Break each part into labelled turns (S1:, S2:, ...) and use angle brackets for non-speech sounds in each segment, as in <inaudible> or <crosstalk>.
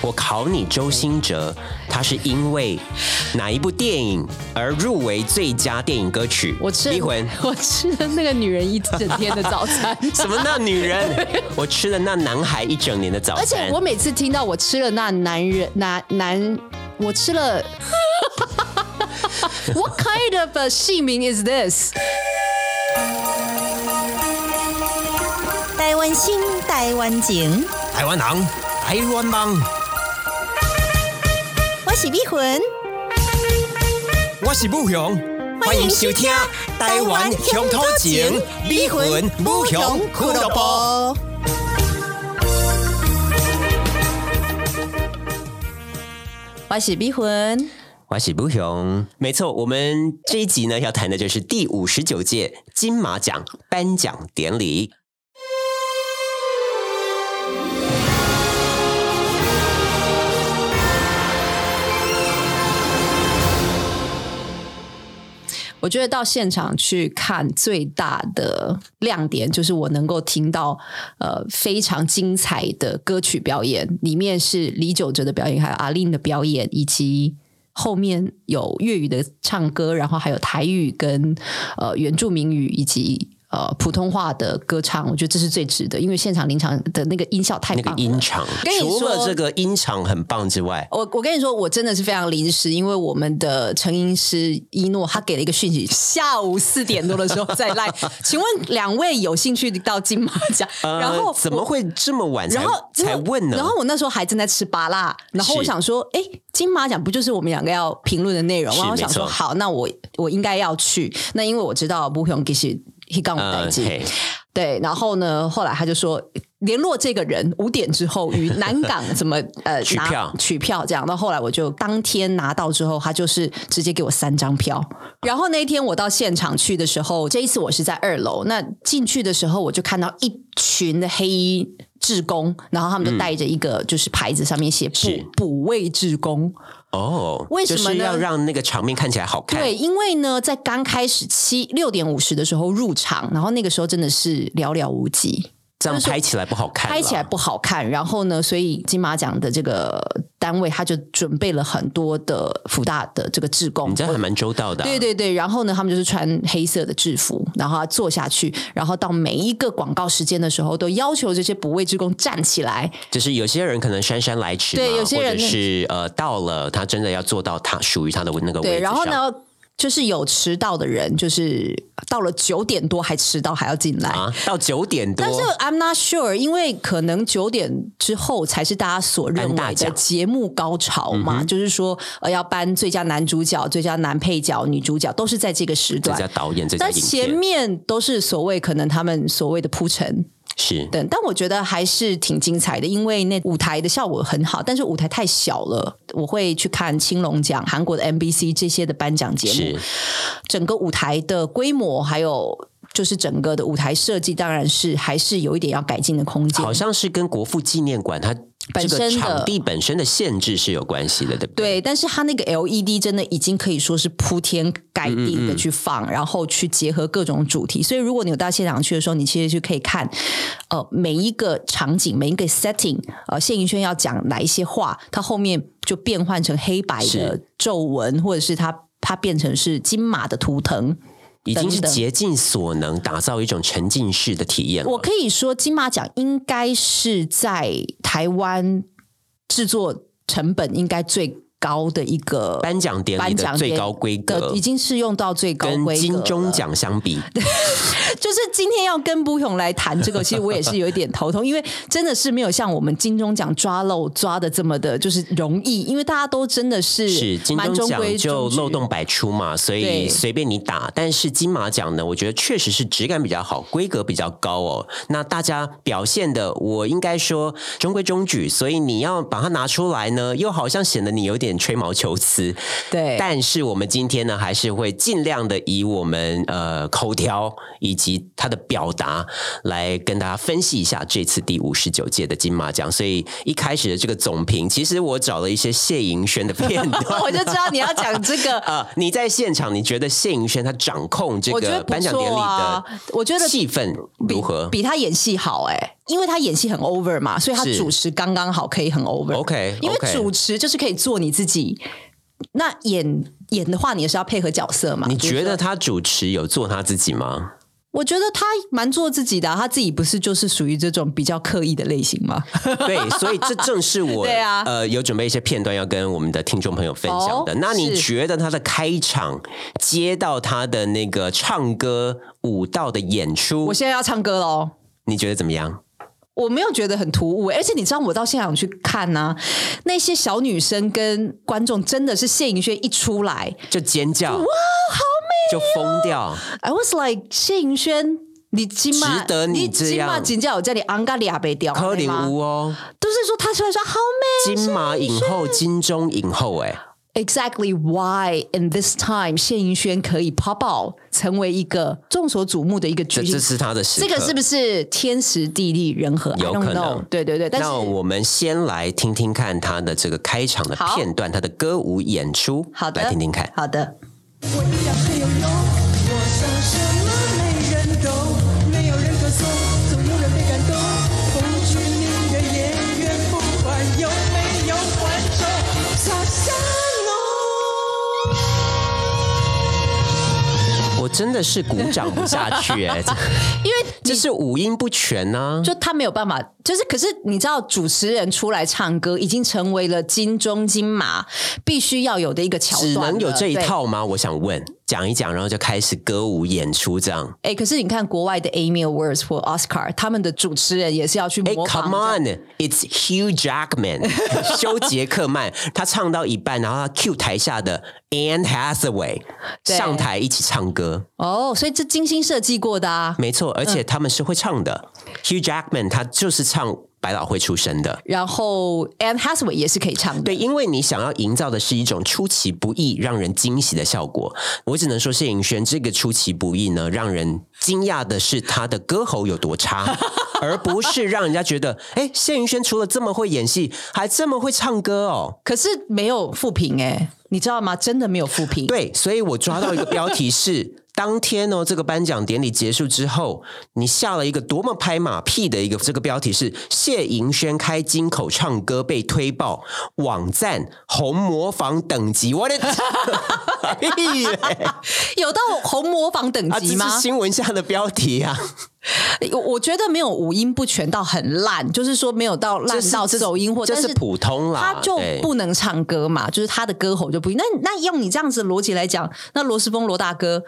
S1: 我考你，周兴哲他是因为哪一部电影而入围最佳电影歌曲？
S2: 我吃
S1: 离魂。
S2: <laughs> 我吃了那个女人一整天的早餐。
S1: 什么那女人？我吃了那男孩一整年的早餐。
S2: <laughs> 而且我每次听到我吃了那男人男男，我吃了 <laughs> ，What kind of a 姓名 is this？
S3: 台湾心，台湾情，
S4: 台湾人，台湾梦，
S3: 我是美魂，
S4: 我是武雄，欢迎收听《台湾乡土情》，美魂武雄俱乐部。
S3: 部。我是美魂，
S1: 我是不雄，没错，我们这一集呢要谈的就是第五十九届金马奖颁奖典礼。
S2: 我觉得到现场去看最大的亮点就是我能够听到呃非常精彩的歌曲表演，里面是李玖哲的表演，还有阿令的表演，以及。后面有粤语的唱歌，然后还有台语跟呃原住民语以及呃普通话的歌唱，我觉得这是最值得，因为现场临场的那个音效太
S1: 那
S2: 棒
S1: 个
S2: 了。
S1: 音场，
S2: 跟你说
S1: 除了这个音场很棒之外，
S2: 我我跟你说，我真的是非常临时，因为我们的成音师一诺他给了一个讯息，下午四点多的
S1: <laughs>
S2: 时候再来。请问两位有兴趣到金马奖？
S1: 呃
S2: 然后
S1: 怎么
S2: 我？
S1: 会这么晚才
S2: 然后
S1: 才问呢？
S2: 然后我那时候还正在吃芭辣，然后我
S1: 是
S2: 想说，哎，金马奖不就是我们两个要评论的内容
S1: 是
S2: 吗？然后我想说，
S1: 没错
S2: 好，那我我应该要去。那因为我知道不用其实他跟我代
S1: 呃，
S2: 志，
S1: 嘿
S2: 对，然后呢，后来他就说联络这个人五点之后于南港
S1: <laughs>
S2: 怎么呃
S1: 取
S2: 拿
S1: 票
S2: 取票这样。到后来我就当天拿到之后，他就是直接给我三张票。然后那一天我到现场去的时候，这一次我是在二楼，那进去的时候我就看到一群的黑衣。志工，然后他们就带着一个就是牌子，上面写补
S1: 嗯是
S2: 补位志工，
S1: 哦，
S2: 为什么
S1: 就是
S2: 呢
S1: 要让那个场面看起来好看？
S2: 对，因为呢，在刚开始七六点五十的时候入场，然后那个时候真的是寥寥无几，
S1: 这样拍起来不好看啦，
S2: 拍起来不好看。然后呢，所以金马奖的这个单位他就准备了很多的福大的这个志工
S1: 你。这样还蛮周到的啊、
S2: 对对对，然后呢，他们就是穿黑色的制服，然后他坐下去，然后到每一个广告时间的时候，都要求这些补位职工站起来，
S1: 就是有些人可能姗姗来迟嘛，
S2: 对有些人
S1: 或者是呃到了，他真的要做到他属于他的那个位置
S2: 对，然后
S1: 上？
S2: 呢，就是有迟到的人，就是到了九点多还迟到，还要进来。
S1: 啊，到九点多，
S2: 但是 I'm not sure，因为可能九点之后才是大家所认
S1: 颁大
S2: 为的
S1: 奖嗯
S2: 节目高潮嘛，就是说呃要颁最佳男主角、最佳男配角、女主角都是在这个时
S1: 这叫
S2: 段，
S1: 导演，这叫
S2: 但
S1: 影
S2: 前
S1: 片，
S2: 面都是所谓可能他们所谓的铺陈
S1: 是
S2: 等，但我觉得还是挺精彩的，因为那舞台的效果很好，但是舞台太小了，我会去看青龙奖、韩国的 MBC 这些的颁奖节目
S1: 是，
S2: 整个舞台的规模，还有就是整个的舞台设计，当然是还是有一点要改进的空间
S1: 好。像是跟国父纪念馆它这
S2: 本身
S1: 个
S2: 的
S1: 场地本身的限制是有关系的，对不对？
S2: 对，但是它那个 LED 真的已经可以说是铺天盖地
S1: 嗯
S2: 的去放，然后去结合各种主题。所以如果你有到现场去的时候，你其实就可以看，呃，每一个场景、每一个 setting，呃，谢盈萱要讲哪一些话，它后面就变换成黑白的
S1: 是
S2: 皱纹，或者是它它变成是金马的图腾。
S1: 已经是
S2: 等等
S1: 竭尽所能打造一种沉浸式的体验了。
S2: 我可以说，金马奖应该是在台湾制作成本应该最高的一个
S1: 颁奖典礼
S2: 颁奖
S1: 的最高规格
S2: 的，已经是用到最高
S1: 跟
S2: 规格。
S1: 金钟，奖相比，
S2: <laughs> 就是今天要跟不勇来谈这个，其实我也是有一点头痛，因为真的是没有像我们金钟奖抓漏抓的这么的，就是容易，因为大家都真的是
S1: 是金
S2: 蛮
S1: 钟
S2: 中
S1: 奖
S2: 规
S1: 就
S2: 中矩
S1: 漏洞百出嘛，所以
S2: 对
S1: 随便你打。但是金马奖呢，我觉得确实是质感比较好，规格比较高哦。那大家表现的，我应该说中规中矩，所以你要把它拿出来呢，又好像显得你有点吹毛求疵。
S2: 对。
S1: 但是我们今天呢，还是会尽量的以我们呃口条以及他的表达来跟大家分析一下这次第五十九届的金马奖。所以一开始的这个总评，其实我找了一些谢盈萱的片段。
S2: <laughs> <laughs>
S1: <laughs>
S2: 我就知道你要讲这个，
S1: 啊、你在现场，你觉得谢盈萱她掌控这
S2: 我觉
S1: 个
S2: 得不
S1: 颁奖典礼
S2: 错啊
S1: 的
S2: 啊，我觉得
S1: 气氛
S2: 比
S1: 如何？
S2: 比他演戏好哎、因为他演戏很 over 嘛，所以他
S1: 是
S2: 主持刚刚好可以很 over。
S1: OK，
S2: 因为
S1: OK
S2: 主持就是可以做你自己。那演演的话，你也是要配合角色嘛？
S1: 你
S2: 比如
S1: 觉
S2: 说
S1: 得他主持有做他自己吗？
S2: 我觉得他蛮做自己的啊、他自己不是就是属于这种比较刻意的类型吗？
S1: <laughs> 对，所以这正是我
S2: 对啊
S1: 呃有准备一些片段要跟我们的听众朋友分享的。
S2: 哦
S1: 那你
S2: 是
S1: 觉得他的开场接到他的那个唱歌舞蹈的演出
S2: 我，现在要唱歌喽。
S1: 你觉得怎么样？
S2: 我没有觉得很突兀、欸而且你知道我到现场去看呢、那些小女生跟观众真的是谢颖轩一出来
S1: 就尖叫，哇，好美、
S2: 啊
S1: 就疯掉。
S2: ，I was like 谢颖轩，你今晚
S1: 值得你这样
S2: 金叫我叫你昂嘎利亚被掉，
S1: 柯林
S2: 对吗
S1: 屋哦，
S2: 都是说他出来说好美
S1: 金马影后、金钟影后、哎，
S2: ，Exactly why in this time 谢颖轩可以 pop out 成为一个众所瞩目的一个
S1: 这
S2: 巨
S1: 这
S2: 星。
S1: 是他的时刻。
S2: 这个是不是天时地利人和？I
S1: 有可
S2: don't
S1: 能
S2: know 对对对，但是
S1: 那我们先来听听看他的这个开场的
S2: 好
S1: 片段，他的歌舞演出，
S2: 好的，
S1: 来听听看。
S2: 好的，
S5: 我一样很有用，我想什么没人懂，没有人歌颂，总有人被感动。风趣迷人演员，不管有没有观众，傻傻弄。
S1: 我真的是鼓掌不下
S2: <laughs>
S1: 去哎、这
S2: 因为你
S1: 这是五音不全啊呐、
S2: 就他没有办法，就是可是你知道，主持人出来唱歌已经成为了金钟金马必须要有的一个桥段
S1: 只
S2: 了，
S1: 能有这一
S2: 对。
S1: 套吗？我想问，讲一讲，然后就开始歌舞演出这样。
S2: 哎、可是你看国外的 Amy Awards 或 Oscar，他们的主持人也是要去
S1: 哎
S2: 模仿。
S1: ，Come on，it's Hugh Jackman，休 <laughs> 杰克曼，他唱到一半，然后他 cue 台下的 Anne Hathaway
S2: 对
S1: 上台一起唱歌，
S2: 哦所以这精心设计过的啊。
S1: 没错，而且他们是会唱的。Hugh Jackman 他就是唱百老汇出身的。
S2: 然后 Anne Hathaway 也是可以唱的，
S1: 对，因为你想要营造的是一种出其不意、让人惊喜的效果。我只能说，谢颖轩这个出其不意呢，让人惊讶的是他的歌喉有多差， <laughs> 而不是让人家觉得，哎，谢颖轩除了这么会演戏，还这么会唱歌哦。
S2: 可是没有复评哎、你知道吗？真的没有复评。
S1: 对，所以我抓到一个标题是。当天哦，这个颁奖典礼结束之后，你下了一个多么拍马屁的一个这个标题是谢盈萱开金口唱歌被推爆，网站红模仿等级，我
S2: <laughs>
S1: 的屁嘞
S2: 有到红模仿等
S1: 啊！这
S2: 级吗？
S1: 是新闻下的标题啊，
S2: 我我觉得没有五音不全到很烂，就是说没有到烂
S1: 是
S2: 到
S1: 这是
S2: 走音或
S1: 这
S2: 但
S1: 是普通啦，
S2: 他就
S1: 对
S2: 不能唱歌嘛，就是他的歌喉就不一样。那那用你这样子的逻辑来讲，那罗斯峰罗大哥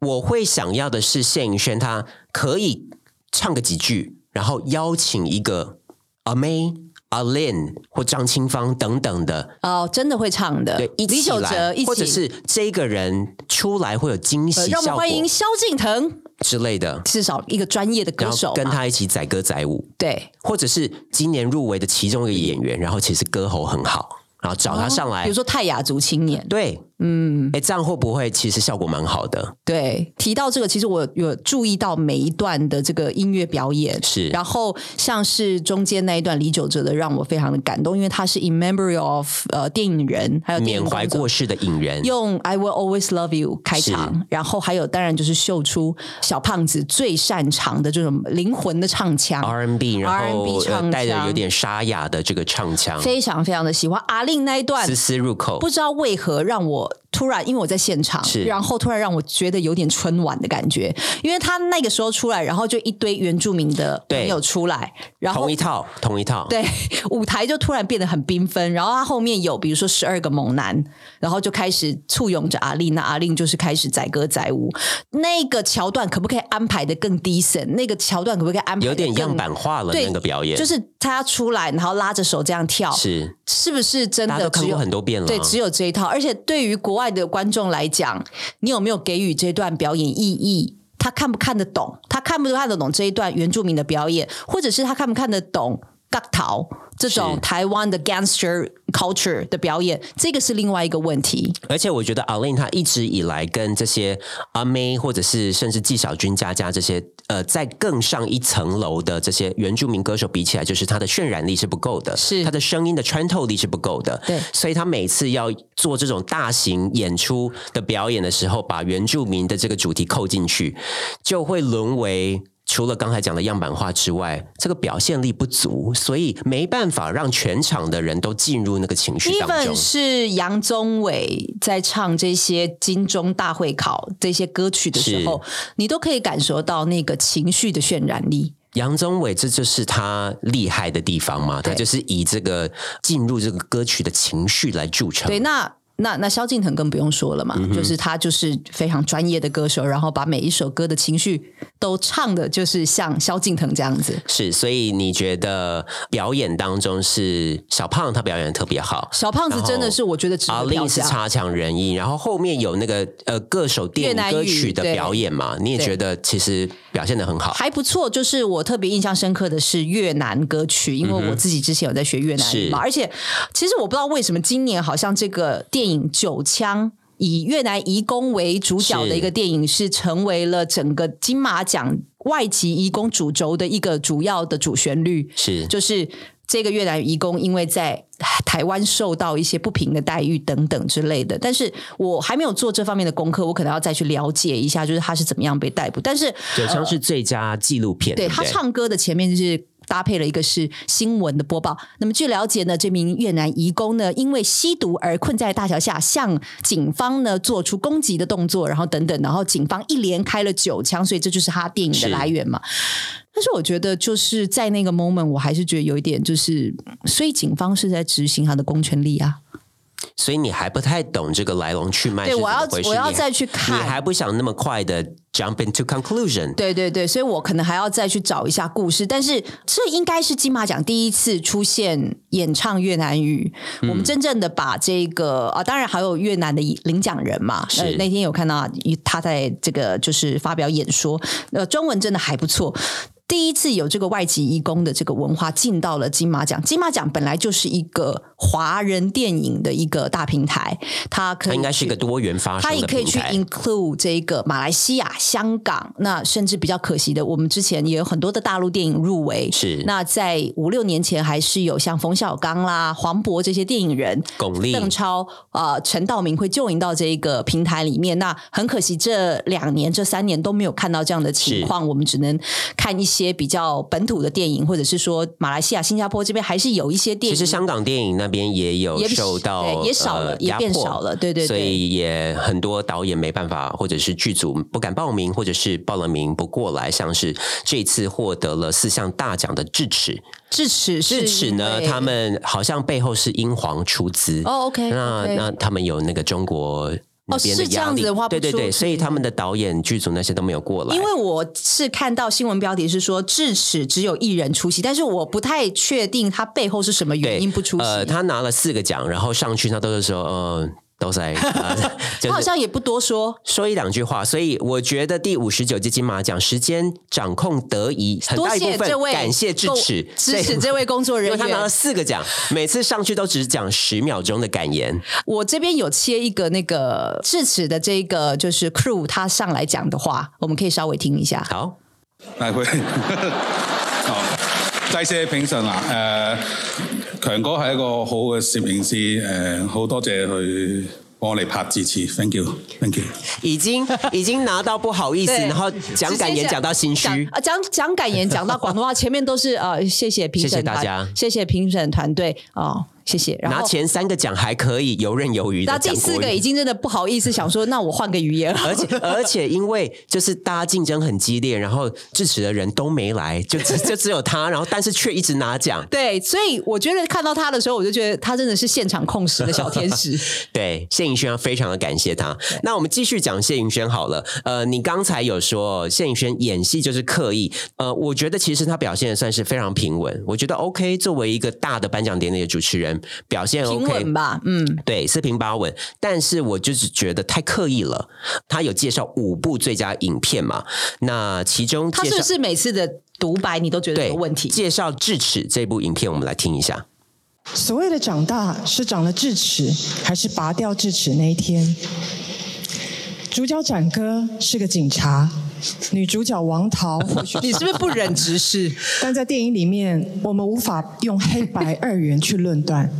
S1: 我会想要的是谢盈萱，她可以唱个几句，然后邀请一个阿妹、阿 Lin 或张清芳等等的，
S2: 哦、真的会唱的，
S1: 对，一
S2: 李
S1: 起
S2: 玖哲
S1: 来
S2: 一，起，
S1: 或者是这个人出来会有惊
S2: 呃
S1: 喜
S2: 让我们
S1: 效果
S2: 欢迎萧敬腾，
S1: 之类的，
S2: 至少一个专业的歌
S1: 然
S2: 手
S1: 后
S2: 嘛，
S1: 跟他一起载歌载舞，
S2: 对。
S1: 或者是今年入围的其中一个演员，然后其实歌喉很好，然后找他上来，
S2: 哦比如说泰雅族青年，
S1: 对，嗯，哎，这样会不会其实效果蛮好的？
S2: 对，提到这个，其实我有注意到每一段的这个音乐表演
S1: 是
S2: 然后像是中间那一段李玖哲的，让我非常的感动，因为他是 in memory of 呃电影人，还有电影
S1: 缅怀
S2: 工作
S1: 过世的影人，
S2: 用 "I will always love you" 开场，然后还有当然就是秀出小胖子最擅长的这种灵魂的唱腔
S1: 啊 R&B，然后
S2: R&B 唱
S1: 呃
S2: 腔
S1: 带着有点沙哑的这个唱腔，
S2: 非常非常的喜欢。阿令那一段
S1: 丝丝入口
S2: 不。知道为何让我突然，因为我在现场
S1: 是，
S2: 然后突然让我觉得有点春晚的感觉，因为他那个时候出来，然后就一堆原住民的
S1: 对
S2: 朋友出来，然后
S1: 同一套，同一套。
S2: <laughs> 对，舞台就突然变得很缤纷。然后他后面有比如说十二个猛男，然后就开始簇拥着阿令，那阿令就是开始载歌载舞。那个桥段可不可以安排的更 decent？那个桥段可不可以安排得
S1: 有点
S2: 更
S1: 样板化了
S2: 对
S1: 那个表演，
S2: 就是他出来，然后拉着手这样跳，
S1: 是
S2: 是不是真
S1: 大家都
S2: 的
S1: 看
S2: 只
S1: 过
S2: 有
S1: 很多遍了。
S2: 对，只啊有这一套。而且对于国外的观众来讲，你有没有给予这段表演意义？他看不看得懂？他看不看得懂这一段原住民的表演，或者是他看不看得懂嘎桃这种
S1: 是
S2: 台湾的 gangster culture 的表演？这个是另外一个问题。
S1: 而且我觉得阿 l i n 她一直以来跟这些阿妹，或者是甚至纪晓君、佳佳这些，呃，在更上一层楼的这些原住民歌手比起来，就是她的渲染力是不够的，
S2: 是
S1: 她的声音的穿透力是不够的。
S2: 对
S1: 所以她每次要做这种大型演出的表演的时候，把原住民的这个主题扣进去，就会沦为。除了刚才讲的样板化之外，这个表现力不足，所以没办法让全场的人都进入那个情绪当
S2: even
S1: 中。
S2: 是杨宗纬在唱这些金钟大会考这些歌曲的时候，你都可以感受到那个情绪的渲染力。
S1: 杨宗纬，这就是他厉害的地方嘛，他
S2: 对
S1: 就是以这个进入这个歌曲的情绪来著称。
S2: 对，那那那萧敬腾更不用说了嘛，
S1: 嗯
S2: 就是他就是非常专业的歌手，然后把每一首歌的情绪都唱的，就是像萧敬腾这样子。
S1: 是，所以你觉得表演当中是小胖他表演得特别好，啊
S2: 小胖子
S1: 然后
S2: 真的是我觉得值
S1: 阿
S2: 得
S1: 令
S2: 表
S1: 是
S2: 扬。
S1: 差强人意，然后后面有那个呃各首电
S2: 越南
S1: 影歌
S2: 语
S1: 曲的
S2: 对
S1: 表演嘛，你也
S2: 对
S1: 觉得其实表现的很好。
S2: 还不错，就是我特别印象深刻的是越南歌曲，因为我自己之前有在学越南语嘛，
S1: 嗯是
S2: 而且其实我不知道为什么今年好像这个电影《九枪》。以越南移工为主角的一个电影，是成为了整个金马奖外籍移工主轴的一个主要的主旋律。
S1: 是
S2: 就是这个越南移工，因为在台湾受到一些不平的待遇等等之类的，但是我还没有做这方面的功课，我可能要再去了解一下，就是他是怎么样被逮捕。但是
S1: 九枪是最佳纪录片，
S2: 对
S1: 不
S2: 他唱歌的前面就是。搭配了一个是新闻的播报。那么据了解呢，这名越南移工呢，因为吸毒而困在大桥下，向警方呢做出攻击的动作，然后等等，然后警方一连开了九枪，所以这就是他电影的
S1: 是
S2: 来源嘛。但是我觉得就是在那个 moment，我还是觉得有一点就是，所以警方是在执行他的公权力啊。
S1: 所以你还不太懂这个来龙去脉是
S2: 对
S1: 怎
S2: 我要
S1: 么回事。
S2: 我要
S1: 你
S2: 再去看
S1: 你还不想那么快的 jump into conclusion。
S2: 对对对，所以我可能还要再去找一下故事，但是这应该是金马奖第一次出现演唱越南语。
S1: 嗯
S2: 我们真正的把这个啊，当然还有越南的领奖人嘛，
S1: 是
S2: 呃那天有看到他在这个就是发表演说，呃，中文真的还不错。第一次有这个外籍义工的这个文化进到了金马奖，金马奖本来就是一个华人电影的一个大平台，它可
S1: 它
S2: 以
S1: 应该是一
S2: 去
S1: 个多元发
S2: 它
S1: 啊生
S2: 也
S1: 的
S2: 可以
S1: 平
S2: 去
S1: 台，
S2: include 这一个马来西亚、香港，那甚至比较可惜的，我们之前也有很多的大陆电影入围。
S1: 是
S2: 那在五六年前，还是有像冯小刚啦、黄渤这些电影人。
S1: 巩俐
S2: 邓超、呃，陈道明会就引到这一个平台里面。那很可惜，这两年、这三年都没有看到这样的情况，我们只能看一些比较本土的电影，或者是说马来西亚、新加坡这边还是有一些电
S1: 其
S2: 影。
S1: 实香港电影那边也有
S2: 也比
S1: 受到
S2: 对也少了
S1: 呃
S2: 也
S1: 压
S2: 变
S1: 迫
S2: 少了对对对
S1: 所以也很多导演没办法，或者是剧组不敢报名，或者是报了名不过来，像是这次获得了四项大奖的智齿，
S2: 智齿是
S1: 智齿呢，
S2: 因为
S1: 他们好像背后是英皇出资
S2: 哦，OK，
S1: 那
S2: OK 哦
S1: 那他们有那个中国。那边的
S2: 是这
S1: 压
S2: 样
S1: 力，
S2: 子的话不
S1: 对对
S2: 出
S1: 对，
S2: 奇
S1: 所以他们的导演、剧组那些都没有过来，
S2: 因为我是看到新闻标题是说智齿只有一人出席，但是我不太确定他背后是什么
S1: 对
S2: 原因不出席。
S1: 呃，他拿了四个奖，然后上去他都是说，呃，都在， <laughs> 呃就
S2: 他好
S1: 是
S2: 像也不多说，
S1: 说一两句话，所以我觉得第五十九届金马奖时间掌控得宜，很
S2: 多
S1: 大一部
S2: 谢这
S1: 分
S2: 位
S1: 感谢智
S2: <laughs>
S1: 齿，
S2: 支持
S1: 对
S2: 这位工作
S1: 因
S2: 人
S1: 为他拿了
S2: 员。
S1: 四个奖，每次上去都只讲十秒钟的感言，
S2: 我这边有切一个那个智齿的这个就是 crew 他上来讲的话，我们可以稍微听一下。
S1: 好。
S6: 係會 <laughs> 好，多謝評審啦。誒、強啊呃哥係一個好嘅攝影師，誒、好多謝佢幫我哋拍支持，thank you，thank you。
S1: 已
S2: <laughs>
S1: 经已经拿到不好意思，
S2: 对
S1: 然后讲感言讲到心
S2: 讲
S1: 虚。
S2: 啊，讲讲感言讲到广东话，前面都是呃，谢谢评
S1: 谢 <laughs> 谢
S2: 审团，
S1: 大家
S2: 谢谢评审团队哦，谢谢。然
S1: 拿
S2: 后
S1: 前三个奖还可以游刃有余
S2: 那
S1: 的
S2: 第
S1: 讲
S2: 四
S1: 国
S2: 个已
S1: 语，
S2: 经真的不好意思，想说那我换个语言。
S1: <laughs> 而且而且因为就是大家竞争很激烈，然后致辞的人都没来，就只就只有他，然后但是却一直拿奖。
S2: 对，所以我觉得看到他的时候，我就觉得他真的是现场控时的小天使。
S1: <laughs> 对，谢颖轩非常的感谢他。那我们继续讲谢颖轩好了。呃，你刚才有说谢颖轩演戏就是刻意，呃，我觉得其实他表现的算是非常平稳。我觉得 OK，作为一个大的颁奖典礼的主持人，表现 OK，
S2: 平稳吧，嗯，
S1: 对，四平八稳，但是我就是觉得太刻意了。他有介绍五部最佳影片嘛？那其中
S2: 他
S1: 介
S2: 是
S1: 绍
S2: 不是每次的独白你都觉得
S1: 对
S2: 有问题？
S1: 介绍《智齿》这部影片，我们来听一下。
S7: 所谓的长大，是长了智齿，还是拔掉智齿那一天？主角展哥是个警察，女主角王桃或许
S2: <laughs> 你是不是不忍直视？
S7: 但在电影里面，我们无法用黑白二元去论断。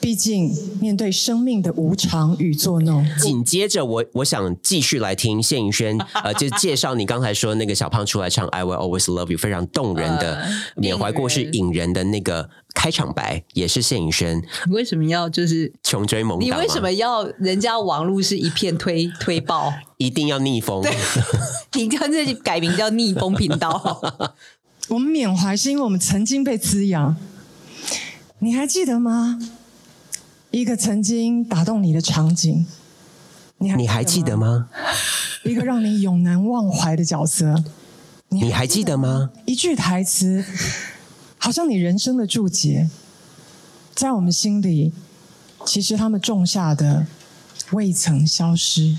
S7: 毕竟面对生命的无常与作弄，
S2: 哦
S1: 紧接着我我想继续来听谢颖
S2: <laughs>
S1: 轩，呃，就介绍你刚才说那个小胖出来唱《I Will Always Love You》非常动人的、
S2: 呃
S1: 缅怀过去引人的那个开场白，也是谢颖轩
S2: <laughs> 你为什么要就是？
S1: 穷追猛打
S2: 你
S1: 嘛。
S2: 为什么要人家网络是一片推 <laughs> 推爆？
S1: 一定要逆风？
S2: <laughs> 你干脆改名叫逆风频
S1: <laughs>
S2: 道。
S7: 我们缅怀是因为我们曾经被滋养。你还记得吗？一个曾经打动你的场景，你还
S1: 你还记得？吗？
S7: 一个让你永难忘怀的角色，
S1: 你还记得吗？
S7: 一句台词，好像你人生的注解，在我们心里，其实他们种下的未曾消失。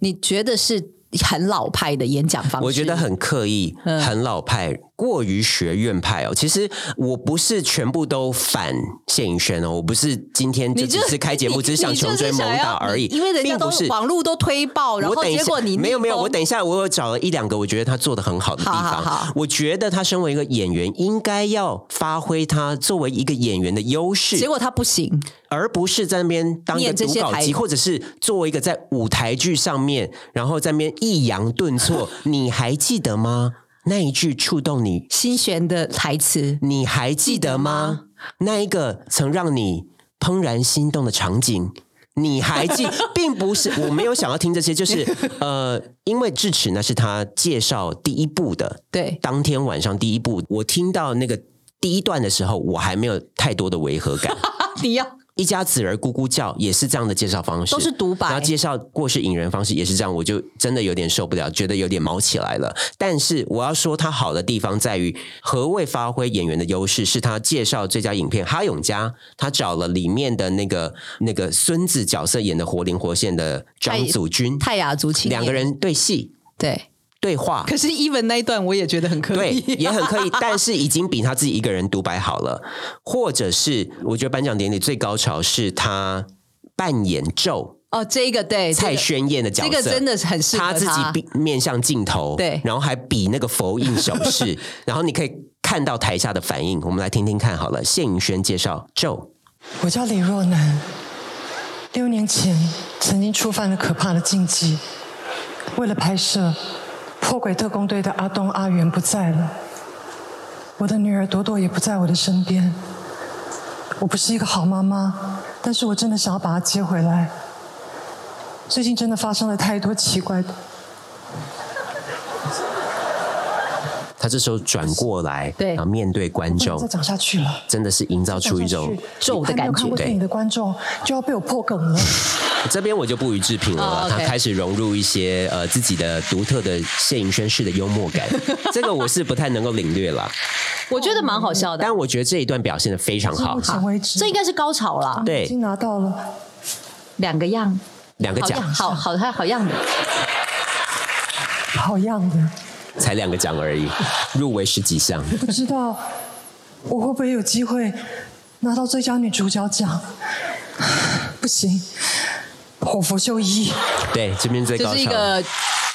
S2: 你觉得是很老派的演讲方式？
S1: 我觉得很刻意，
S2: 嗯
S1: 很老派，过于学院派哦。其实我不是全部都反谢颖轩哦，我不是今天就
S2: 你
S1: 只
S2: 就是
S1: 开节目，
S2: 你
S1: 只是想穷追猛打而已，
S2: 你就是想要因为人家
S1: 并
S2: 都
S1: 不是
S2: 网络都推爆，然
S1: 我
S2: 后
S1: 等一
S2: 结
S1: 下
S2: 果你逆风
S1: 没有没有，我等一下我有找了一两个我觉得他做的很好的地方。
S2: 好好好
S1: 我觉得他身为一个演员，应该要发挥他作为一个演员的优势，
S2: 结果他不行，
S1: 而不是在那边当一个
S2: 念这
S1: 读
S2: 些
S1: 稿
S2: 台
S1: 机，
S2: 词
S1: 或者是作为一个在舞台剧上面，然后在那边抑扬顿
S2: <laughs>
S1: 挫。你还记得吗？那一句触动你，
S2: 新璇的台词 <laughs>
S1: 你还记得吗？那一个曾让你怦然心动的场景。你还记，
S2: <laughs>
S1: 并不是我没有想要听这些，就是呃，因为智齿呢是他介绍第一部的，
S2: 对。
S1: 当天晚上第一部，我听到那个第一段的时候，我还没有太多的违和感，
S2: 你要
S1: 一家子儿咕咕叫也是这样的介绍方式，
S2: 都是独白
S1: 然后介绍过世引人方式也是这样，我就真的有点受不了，觉得有点毛起来了。但是我要说它好的地方在于，何谓发挥演员的优势，是他介绍最佳影片《哈永家》，他找了里面的那个那个孙子角色演的活灵活现的张祖君，
S2: 泰雅族青年
S1: 两个人对戏
S2: 对，
S1: 对话，
S2: 可是 even 那一段我也觉得很刻
S1: 对
S2: 意，，
S1: 也很刻意，但是已经比他自己一个人独白好了。或者是我觉得颁奖典礼最高潮是他扮演咒
S2: 哦，这个对
S1: 蔡
S2: 轩
S1: 宣燕的角色，
S2: 这个真的是很适合
S1: 他自己
S2: 他
S1: 比面向镜头，
S2: 对
S1: 然后还比那个佛印
S2: <laughs>
S1: 手势，然后你可以看到台下的反应。我们来听听看好了，谢颖轩介绍咒，
S7: 我叫李若男，六年前曾经触犯了可怕的禁忌。为了拍摄，破鬼特工队的阿东、阿元不在了，我的女儿朵朵也不在我的身边。我不是一个好妈妈，但是我真的想要把她接回来。最近真的发生了太多奇怪的，
S1: 他这时候转过来，
S2: 对
S1: 然后面对观
S7: 不
S2: 哦
S7: 能再
S1: 众，
S7: 讲下去了。
S1: 真的是营造出一
S7: 再
S1: 种
S7: 下去
S2: 咒的
S7: 还没
S2: 感觉
S7: 有看过电影的观众就要被我破梗了。
S1: 这边我就不予置评了啦，
S2: 哦
S1: 他
S2: ，OK
S1: 开始融入一些呃自己的独特的谢盈萱式的幽默
S2: <laughs>
S1: 感，这个我是不太能够领略啦。
S2: 我觉得蛮好笑的，
S1: 但我觉得这一段表现的非常好
S7: 目，前为止，
S2: 这应该是高潮啦，
S1: 对
S7: 已经拿到了。
S2: 两个样，
S1: 两个
S2: 好样，
S1: 奖
S2: 好好还好样的，
S7: 好样的！
S1: 才两个奖而已，入围十几项，
S7: 不知道我会不会有机会拿到最佳女主角奖？不行，火佛秀一，
S1: 对，这边最
S2: 就
S1: 高
S2: 是一
S1: 潮。
S2: 个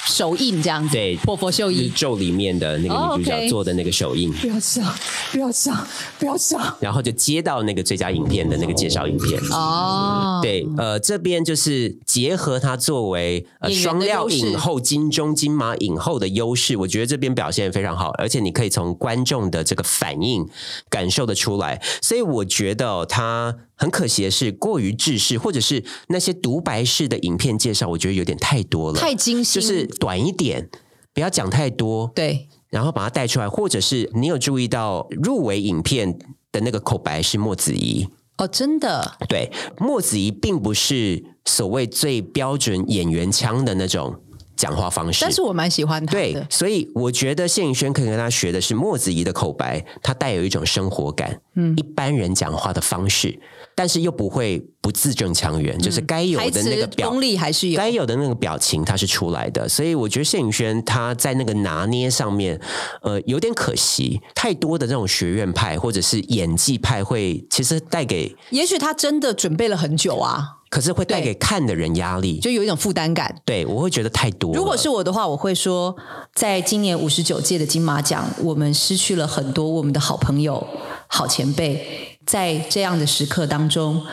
S2: 手印这样子，
S1: 对，
S2: 破佛秀
S1: 就是
S2: 衣，
S1: 咒里面的那
S2: 哦
S1: 个女主角
S2: OK
S1: 做的那个手印，
S7: 不要想，不要想，不要想！
S1: 然后就接到那个最佳影片的那个介绍影片。
S2: 哦，
S1: 对，呃，这边就是结合他作为呃
S2: 演员的
S1: 双料
S2: 优势
S1: 影后、金钟、金马影后的优势，我觉得这边表现得非常好，而且你可以从观众的这个反应感受得出来。所以我觉得哦他很可惜的是过于制式，或者是那些独白式的影片介绍，我觉得有点太多了，
S2: 太精心，
S1: 就是短一点，不要讲太多。
S2: 对，
S1: 然后把它带出来，或者是你有注意到入围影片的那个口白是莫子仪，
S2: 哦，真的，
S1: 对，莫子仪并不是所谓最标准演员腔的那种讲话方式，
S2: 但是我蛮喜欢他
S1: 对
S2: 的，，
S1: 所以我觉得谢颖轩可以跟他学的是莫子仪的口白，他带有一种生活感，嗯，一般人讲话的方式，但是又不会不字正腔圆，就是该有
S2: 嗯台
S1: 的那
S2: 词
S1: 个表
S2: 功力还是有
S1: 该，有的那个表情它是出来的，所以我觉得谢宇轩他在那个拿捏上面，呃，有点可惜，太多的这种学院派或者是演技派会，其实带给，
S2: 也许他真的准备了很久啊，
S1: 可是会带给
S2: 对
S1: 看的人压力。
S2: 就有一种负担感。
S1: 对，我会觉得太多了。
S2: 如果是我的话，我会说，在今年五十九届的金马奖，我们失去了很多我们的好朋友、好前辈，在这样的时刻当中，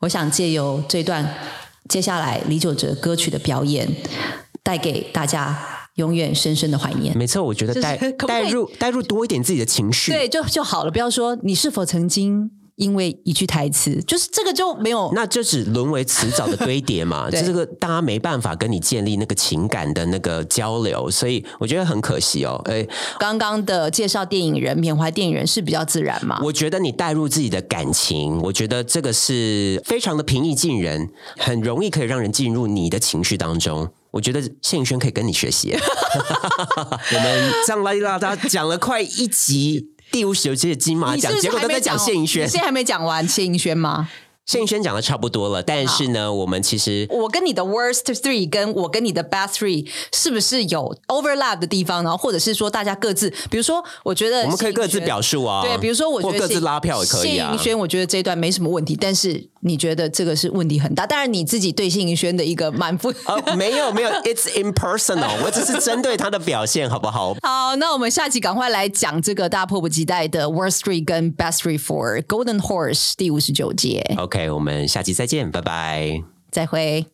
S2: 我想借由这段接下来李玖哲歌曲的表演，带给大家永远深深的怀念。
S1: 没错，我觉得带
S2: 就是可不可
S1: 带
S2: 以
S1: 入带入多一点自己的情绪，
S2: 对，就就好了，不要说你是否曾经因为一句台词，就是这个就没有。
S1: 那就只沦为迟早的堆叠嘛。
S2: <laughs> 对
S1: 这个大家没办法跟你建立那个情感的那个交流，所以我觉得很可惜哦。诶，
S2: 刚刚的介绍电影人、缅怀电影人是比较自然嘛？
S1: 我觉得你带入自己的感情，我觉得这个是非常的平易近人，很容易可以让人进入你的情绪当中。我觉得谢颖轩可以跟你学习。 <laughs> 我们张拉拉达讲了快一集。第五十九届金马
S2: 你是
S1: 奖
S2: 不，是
S1: 结果都
S2: 还没
S1: 在讲谢颖轩
S2: 你。现在还没讲完谢盈萱吗？
S1: 谢颖轩讲的差不多了，但是呢，我们其实
S2: 我跟你的 worst three 跟我跟你的 best three 是不是有 overlap 的地方？然后或者是说大家各自，比如说，我觉得
S1: 我们可以各
S2: 谢
S1: 自
S2: 颖轩
S1: 表述啊。
S2: 对，比如说我觉
S1: 或
S2: 得
S1: 各自
S2: 谢
S1: 拉票也可以啊。
S2: 谢盈萱，我觉得这一段没什么问题，但是你觉得这个是问题很大。当然，你自己对谢盈萱的一个满腹。
S1: 哦，没有没有，It's impersonal，我只是针对他的表现，好不好？
S2: 好，那我们下期赶快来讲这个大家迫不及待的 Worst Three 跟 Best Three for Golden Horse 第五十九届，
S1: OK，我们下期再见，拜拜。
S2: 再会。